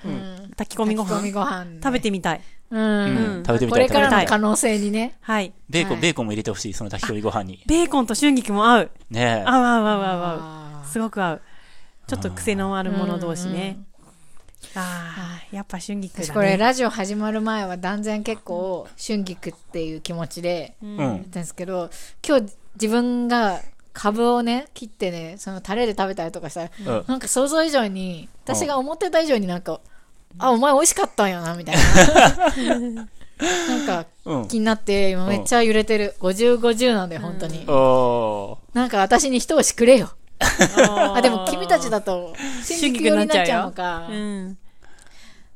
Speaker 1: 炊き込みご
Speaker 2: 炊き込み
Speaker 1: 飯
Speaker 2: ご飯ね
Speaker 1: 食べてみたい
Speaker 2: うん
Speaker 3: うん食べてみ
Speaker 2: こ
Speaker 3: たい
Speaker 2: れ
Speaker 3: 食べてみた
Speaker 2: から
Speaker 3: い
Speaker 2: の可能性にね
Speaker 1: はい
Speaker 3: ベーコン、
Speaker 2: はい
Speaker 3: ベーコンも入れてほしい、その炊き込みご飯に。
Speaker 1: ベーコンと春菊も合う
Speaker 3: ねえ。
Speaker 1: 合う合う合う合う合
Speaker 2: あ
Speaker 1: う
Speaker 2: ー
Speaker 1: すごく合うちょっと癖のあるもの同士ね、ああやっぱ春菊
Speaker 2: 私
Speaker 1: だ
Speaker 2: これ
Speaker 1: ね
Speaker 2: ラジオ始まる前は断然結構春菊っていう気持ちでや
Speaker 3: う
Speaker 2: っ
Speaker 3: ん。
Speaker 2: たんですけど今日自分が株をね切ってねそのタレで食べたりとかしたら
Speaker 3: うん
Speaker 2: なんか想像以上に私が思ってた以上になんかあお前美味しかったんやなみたいななんか
Speaker 3: うん。
Speaker 2: 気になって今めっちゃ揺れてる5050なんで本当に
Speaker 3: お
Speaker 2: なんか私に一押しくれよ *laughs* あ
Speaker 1: あ
Speaker 2: でも君たちだと春菊寄りになっちゃうのか
Speaker 1: うん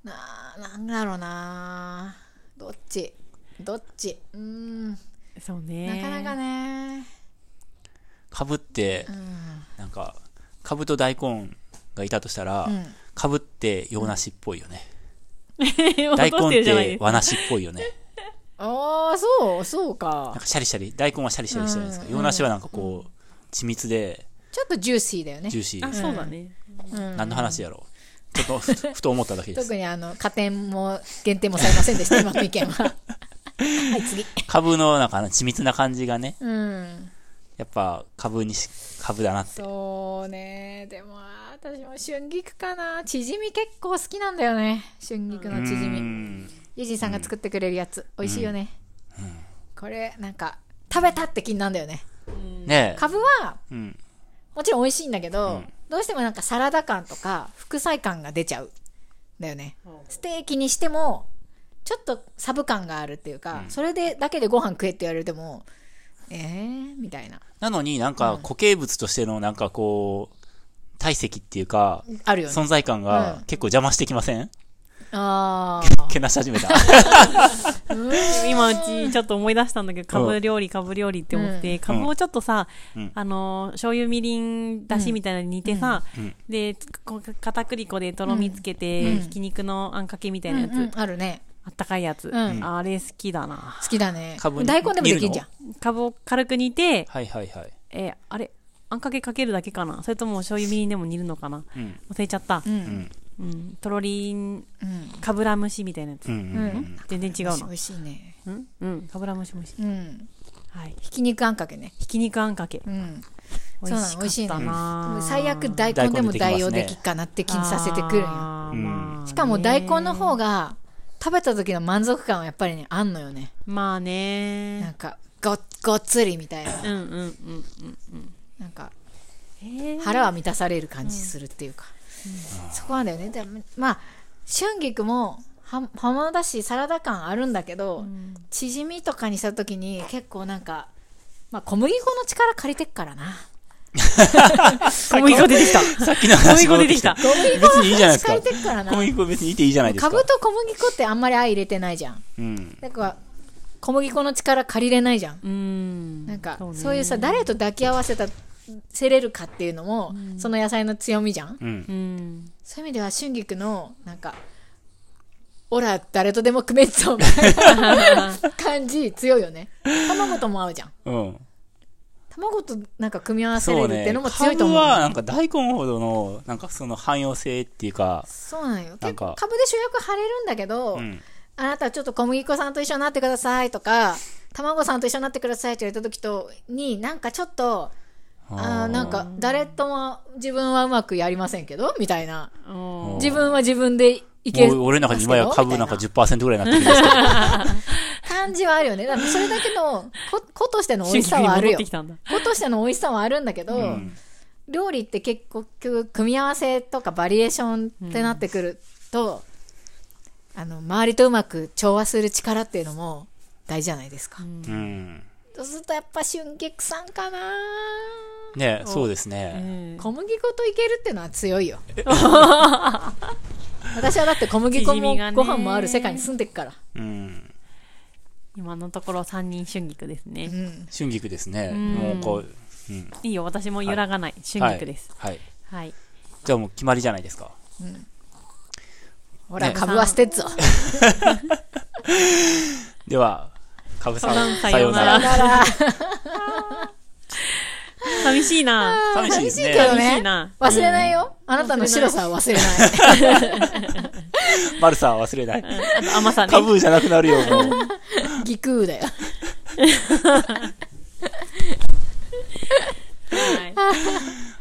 Speaker 2: ななんだろうなどっちどっちうーん、
Speaker 1: そうね
Speaker 2: なか
Speaker 1: *laughs*
Speaker 2: なかね
Speaker 3: かぶって、なんか、かぶと大根がいたとしたら、かぶって洋梨っぽいよね。
Speaker 1: 大
Speaker 3: 大根っ
Speaker 1: 根って
Speaker 3: て
Speaker 1: い
Speaker 3: 和梨っぽい *laughs* よね。
Speaker 2: ああそうそう
Speaker 3: なん
Speaker 2: か
Speaker 3: かシャリシャリ、大根はシャリシャリしてるんですけど、洋梨はなんかこう、緻密で、
Speaker 2: ちょっとジューシーだよね
Speaker 3: ジューシ
Speaker 1: あ
Speaker 3: ー。
Speaker 1: そうだね
Speaker 3: 何の話やろう。ちょっと *laughs* ふ、ふと思っただけです。
Speaker 2: 特にあの加点も減点もされません *laughs* でした今の意見ははい次
Speaker 3: かぶのなんかあの緻密な感じがね、
Speaker 2: うん
Speaker 3: やっぱ、かぶにし、かぶだなって。
Speaker 2: そうねでもあー私も春菊かなチヂミ結構好きなんだよね春菊のチヂ
Speaker 3: う
Speaker 2: ミ
Speaker 3: ん
Speaker 2: ユージンさんが作ってくれるやつ、美味しいよね、これなんか食べたって気になるんだよね
Speaker 3: ねえ。
Speaker 2: 株は
Speaker 3: うん。
Speaker 2: もちろん美味しいんだけど、
Speaker 3: うん
Speaker 2: どうしてもなんかサラダ感とか副菜感が出ちゃうだよねステーキにしてもちょっとサブ感があるっていうか、それでだけでご飯食えって言われてもえー、みたいな
Speaker 3: なのになんか固形物としてのなんかこう、体積っていうか、
Speaker 2: あるよね
Speaker 3: 存在感が結構邪魔してきません、
Speaker 2: あ
Speaker 3: けなし始め *laughs* た。
Speaker 1: 今うちちょっと思い出したんだけど、かぶ料理、かぶ料理って思って、かぶをちょっとさ
Speaker 3: うん、
Speaker 1: あのー、醤油、みりん、だしみたいなのに煮てさ
Speaker 3: ん、
Speaker 1: で、こ片栗粉でとろみつけて、ひき肉のあんかけみたい
Speaker 2: ー、う
Speaker 1: なや
Speaker 2: んうん
Speaker 1: つ、
Speaker 2: あるね
Speaker 1: あったかいやつ。
Speaker 2: ん
Speaker 1: あれ好きだな。
Speaker 2: 好きだね
Speaker 3: 株に
Speaker 2: 大根でもできるじゃん
Speaker 1: かぶを軽く煮て、
Speaker 3: はいはいはい。
Speaker 1: えー、あれ、あんかけかけるだけかなそれとも醤油、みりんでも煮るのかな
Speaker 3: うん。
Speaker 1: 忘れちゃった
Speaker 2: う。ん
Speaker 1: うん。とろりん、
Speaker 2: うん
Speaker 1: かぶら蒸しみたいなやつ
Speaker 3: うん。うんうんうん。
Speaker 1: 全然違う
Speaker 2: 美
Speaker 1: の。
Speaker 2: 味しいね
Speaker 1: うんうん。かぶら蒸し蒸し。
Speaker 2: うん
Speaker 1: はい。
Speaker 2: ひき肉あんかけね
Speaker 1: ひき肉あんかけ
Speaker 2: う。ん
Speaker 1: 美味しかった
Speaker 2: そう
Speaker 1: なぁ
Speaker 2: 最悪大根でも代用できっかなって気にさせてくるんよ
Speaker 1: あー
Speaker 3: うん
Speaker 1: まあね
Speaker 2: しかも大根の方が食べた時の満足感はやっぱりねあんのよね
Speaker 1: まあ
Speaker 2: なん
Speaker 1: ね
Speaker 2: かごごっつりみたいな
Speaker 1: うんうんうん
Speaker 2: なんか
Speaker 1: えー
Speaker 2: 腹は満たされる感じするっていうか、そこなんだよねでもまあ春菊もは葉物だしサラダ感あるんだけど、
Speaker 1: ん
Speaker 2: チヂミとかにした時に結構なんか、まあ、小麦粉の力借りてっからな
Speaker 1: 小麦粉出てきた。
Speaker 3: さっきの
Speaker 1: 小麦
Speaker 3: 話
Speaker 1: 粉
Speaker 3: 戻
Speaker 1: 出
Speaker 3: って
Speaker 1: て
Speaker 3: き
Speaker 1: き *laughs*
Speaker 3: た
Speaker 1: た。。
Speaker 3: 別にいいじゃないですか。
Speaker 2: *laughs* 小麦粉の話借りてっからな
Speaker 3: 小麦粉別にいていいじゃないです
Speaker 2: か
Speaker 3: か。
Speaker 2: ぶと小麦粉ってあんまり相入れてないじゃん
Speaker 3: うん。
Speaker 2: なんか小麦粉の力借りれないじゃん
Speaker 1: うん。
Speaker 2: なん
Speaker 1: ね
Speaker 2: かそういうさ誰と抱き合わせたせれるかっていうのも、その野菜の強みじゃん
Speaker 3: うん
Speaker 1: う。ん。
Speaker 2: そういう意味では春菊のなんか「オラ誰とでも組めっぞ」みたいな感じ強いよね卵とも合うじゃん
Speaker 3: うん。
Speaker 2: 卵となんか組み合わせ
Speaker 3: そ
Speaker 2: れる
Speaker 3: う
Speaker 2: って
Speaker 3: ね
Speaker 2: いうの。も強いと
Speaker 3: 株
Speaker 2: 思う
Speaker 3: は、なんか大根ほどの、なんかその汎用性っていうか、
Speaker 2: そうなんよ
Speaker 3: なん
Speaker 2: 結
Speaker 3: か
Speaker 2: 構株で主役張れるんだけど、
Speaker 3: うん。
Speaker 2: あなたはちょっと小麦粉さんと一緒になってくださいとか卵さんと一緒になってくださいって言われた時とになんかちょっとあーなんか誰とも自分はうまくやりませんけどみたいな
Speaker 1: おー
Speaker 2: 自分は自分でいけ
Speaker 3: もう俺の中に今や株なんか10%ぐらいになってるんですけど。
Speaker 2: 感じはあるよね。だからそれだけの、こ、個としての
Speaker 1: 春
Speaker 2: 美味
Speaker 1: 菊
Speaker 2: しさ
Speaker 1: に
Speaker 2: はあ
Speaker 1: 戻
Speaker 2: る
Speaker 1: っ
Speaker 2: よ
Speaker 1: てき。たんだ。
Speaker 2: 個としての美味しさはあるんだけど、
Speaker 3: うん
Speaker 2: 料理って結局、組み合わせとかバリエーションってなってくると、あの、周りとうまく調和する力っていうのも大事じゃないですか。
Speaker 3: うん。
Speaker 2: そうするとやっぱ春菊さんかな
Speaker 3: ねそうですね。
Speaker 1: ええ
Speaker 2: 小麦粉といけるっていうのは強いよ。私はだって小麦粉
Speaker 1: チヂ
Speaker 2: も
Speaker 1: ミがね
Speaker 2: ご飯もある世界に住んでっから。
Speaker 3: うん。
Speaker 1: 今のところ三人春菊です
Speaker 2: う
Speaker 1: ね。
Speaker 2: ん。
Speaker 3: 春菊ですね。もうこう、うん。
Speaker 1: いいよ、私も揺らがない。春菊です。
Speaker 3: はい。は
Speaker 1: は
Speaker 3: い。
Speaker 1: い。
Speaker 3: じゃあもう決まりじゃないですか。
Speaker 2: ほら、
Speaker 3: ね
Speaker 2: 株は捨てっぞ。
Speaker 3: では、株さん、
Speaker 1: さようなら
Speaker 2: だから、
Speaker 1: 寂しいな。 *laughs*
Speaker 3: 寂しいです
Speaker 2: 寂しいけど
Speaker 3: ね。
Speaker 1: 寂しいな
Speaker 2: 忘れないよ。あなたの白さは忘れ
Speaker 3: *laughs*
Speaker 2: ない。
Speaker 3: マルサは忘れない。
Speaker 1: あと甘さね。
Speaker 3: 株じゃなくなるよ、もう。
Speaker 2: ギクーだよ。
Speaker 1: はい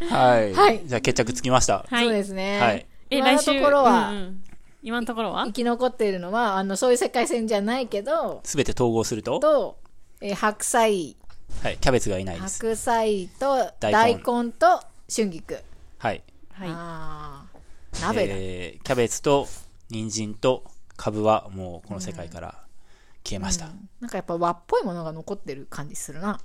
Speaker 3: はい。
Speaker 2: はい
Speaker 3: じゃあ決着つきました。
Speaker 1: *laughs* はい
Speaker 2: そうですね。
Speaker 3: はい
Speaker 1: え、
Speaker 2: 今
Speaker 1: 来
Speaker 2: の
Speaker 1: 週。
Speaker 2: ところは、
Speaker 1: うんうん今のところは
Speaker 2: 生き残っているのは、あの、そういう世界線じゃないけど、
Speaker 3: すべて統合すると、
Speaker 2: と、えー白菜、
Speaker 3: はい、キャベツがいないです。
Speaker 2: 白菜と
Speaker 3: 大
Speaker 2: 大
Speaker 3: 根
Speaker 2: 根と春菊。
Speaker 3: はい。
Speaker 1: は
Speaker 2: あー鍋だ。
Speaker 3: えーキャベツと人参と株はもうこの世界から消えました。
Speaker 2: なんかやっぱ和っぽいものが残ってる感じするな。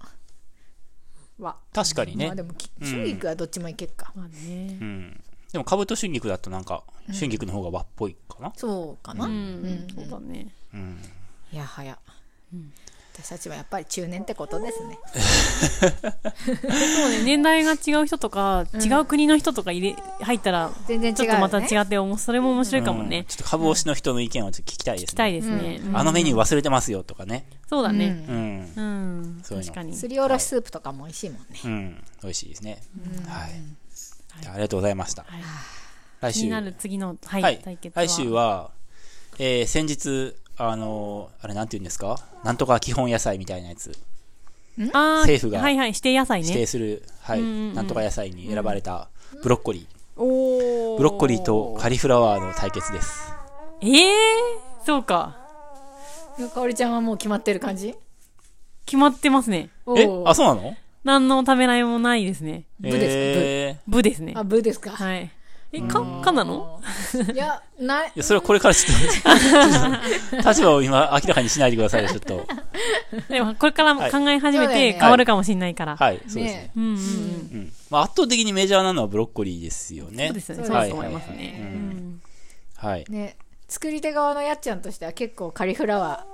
Speaker 2: 和。
Speaker 3: 確かにね
Speaker 2: まあで。も、き
Speaker 3: うん
Speaker 2: 春菊はどっちもいけっか。
Speaker 1: い。まあね
Speaker 3: う。ん。でも株と春菊だとなんか、春菊の方が和っぽいかな。
Speaker 2: そうかな。、
Speaker 3: う
Speaker 1: うんん、そうだね。
Speaker 3: うん。
Speaker 2: いやはや。私たちはやっぱり中年ってことですね。
Speaker 1: そうね、年代が違う人とか、違う国の人とか入れ、入ったら、
Speaker 2: 全然違う、ね。
Speaker 1: ちょっとまた違って、おもそれも面白いかも
Speaker 3: うん
Speaker 1: ね。
Speaker 3: ちょっと株推しの人の意見をちょっと聞きたいですね。
Speaker 1: 聞きたいですね。うん
Speaker 3: あのメニュー忘れてますよとかね。
Speaker 1: そうだね。
Speaker 3: うん。
Speaker 1: うん。
Speaker 3: そういうの
Speaker 1: 確かに。
Speaker 2: すりおろしスープとかも美味しいもんね。
Speaker 3: うん。美味しいですね。はい。じゃあありがとうございました。
Speaker 1: はい
Speaker 3: 来
Speaker 1: 気に
Speaker 3: 週。
Speaker 1: なる次の、はい、
Speaker 3: はい
Speaker 1: 対決。
Speaker 3: 来週は、えー先日、あのーあれなんて言うんですかなんとか基本野菜みたいなやつ。
Speaker 1: あー
Speaker 3: 政府が
Speaker 1: はいはい、指定野菜
Speaker 3: 指定
Speaker 1: ね。
Speaker 3: する、はい、
Speaker 1: うんうんうん
Speaker 3: なんとか野菜に選ばれたブロッコリー。
Speaker 1: お
Speaker 3: ブロッコリーとカリフラワーの対決です。
Speaker 1: ええー、そうか。
Speaker 2: かおりちゃんはもう決まってる感じ
Speaker 1: 決まってますね。
Speaker 2: お
Speaker 3: え
Speaker 2: ー
Speaker 3: あ、そうなの
Speaker 1: 何のためらいもないですね。
Speaker 2: 部ですか
Speaker 3: え
Speaker 1: 部ですね
Speaker 2: あ、。ブーですか、
Speaker 1: はい。え、か、かなの
Speaker 2: い、や、ない
Speaker 3: ーい。や、それはこれから *laughs* ちょっと、立場を今明らかにしないでくださいよ、ちょっ
Speaker 1: *laughs*
Speaker 3: と。
Speaker 1: でも、これから考え始
Speaker 2: そう
Speaker 1: め
Speaker 2: だよ
Speaker 1: て
Speaker 2: ね
Speaker 1: 変わるかもしれないから。
Speaker 3: はい、そうですね。
Speaker 1: うんうんうん。
Speaker 3: うん。まあ、圧倒的にメジャーなのはブロッコリーですよね。
Speaker 1: そうですよね。
Speaker 2: ね
Speaker 1: そう
Speaker 3: は
Speaker 1: だ
Speaker 3: い
Speaker 1: と思いますね。うん
Speaker 3: はい。
Speaker 2: ね。作り手側のやっちゃんとしては結構カリフラワ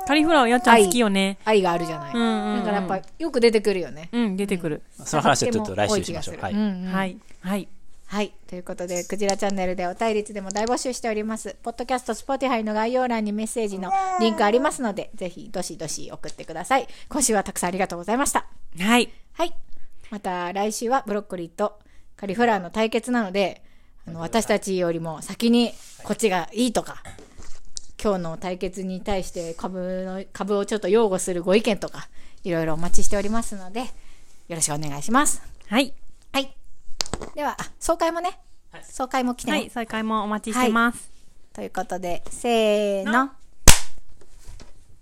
Speaker 2: ー
Speaker 1: カリフラワーやっちゃん好きよね。
Speaker 2: 愛があるじゃない。
Speaker 1: うんうんうん
Speaker 2: だからやっぱよく出てくるよね。
Speaker 1: うん、出てくる。
Speaker 3: その話はちょっと来週しましょう。
Speaker 2: 多
Speaker 3: は
Speaker 2: 気
Speaker 3: い。
Speaker 2: も多い気がするうんうん
Speaker 1: はい。はい。
Speaker 2: はい。ということで、クジラチャンネルでお便りいつでも大募集しております。ポッドキャスト、スポティファイの概要欄にメッセージのリンクありますので、ぜひ、どしどし送ってください。今週はたくさんありがとうございました。
Speaker 1: はい。
Speaker 2: はい。また来週はブロッコリーとカリフラワーの対決なので、あの私たちよりも先にこっちがいいとか、今日の対決に対して株の株をちょっと擁護するご意見とか、いろいろお待ちしておりますので、よろしくお願いします。
Speaker 1: はい。
Speaker 2: はい。では、あ総会もね、総会も来てね、
Speaker 1: はい。再開もお待ちしてます。
Speaker 2: ということで、せーの。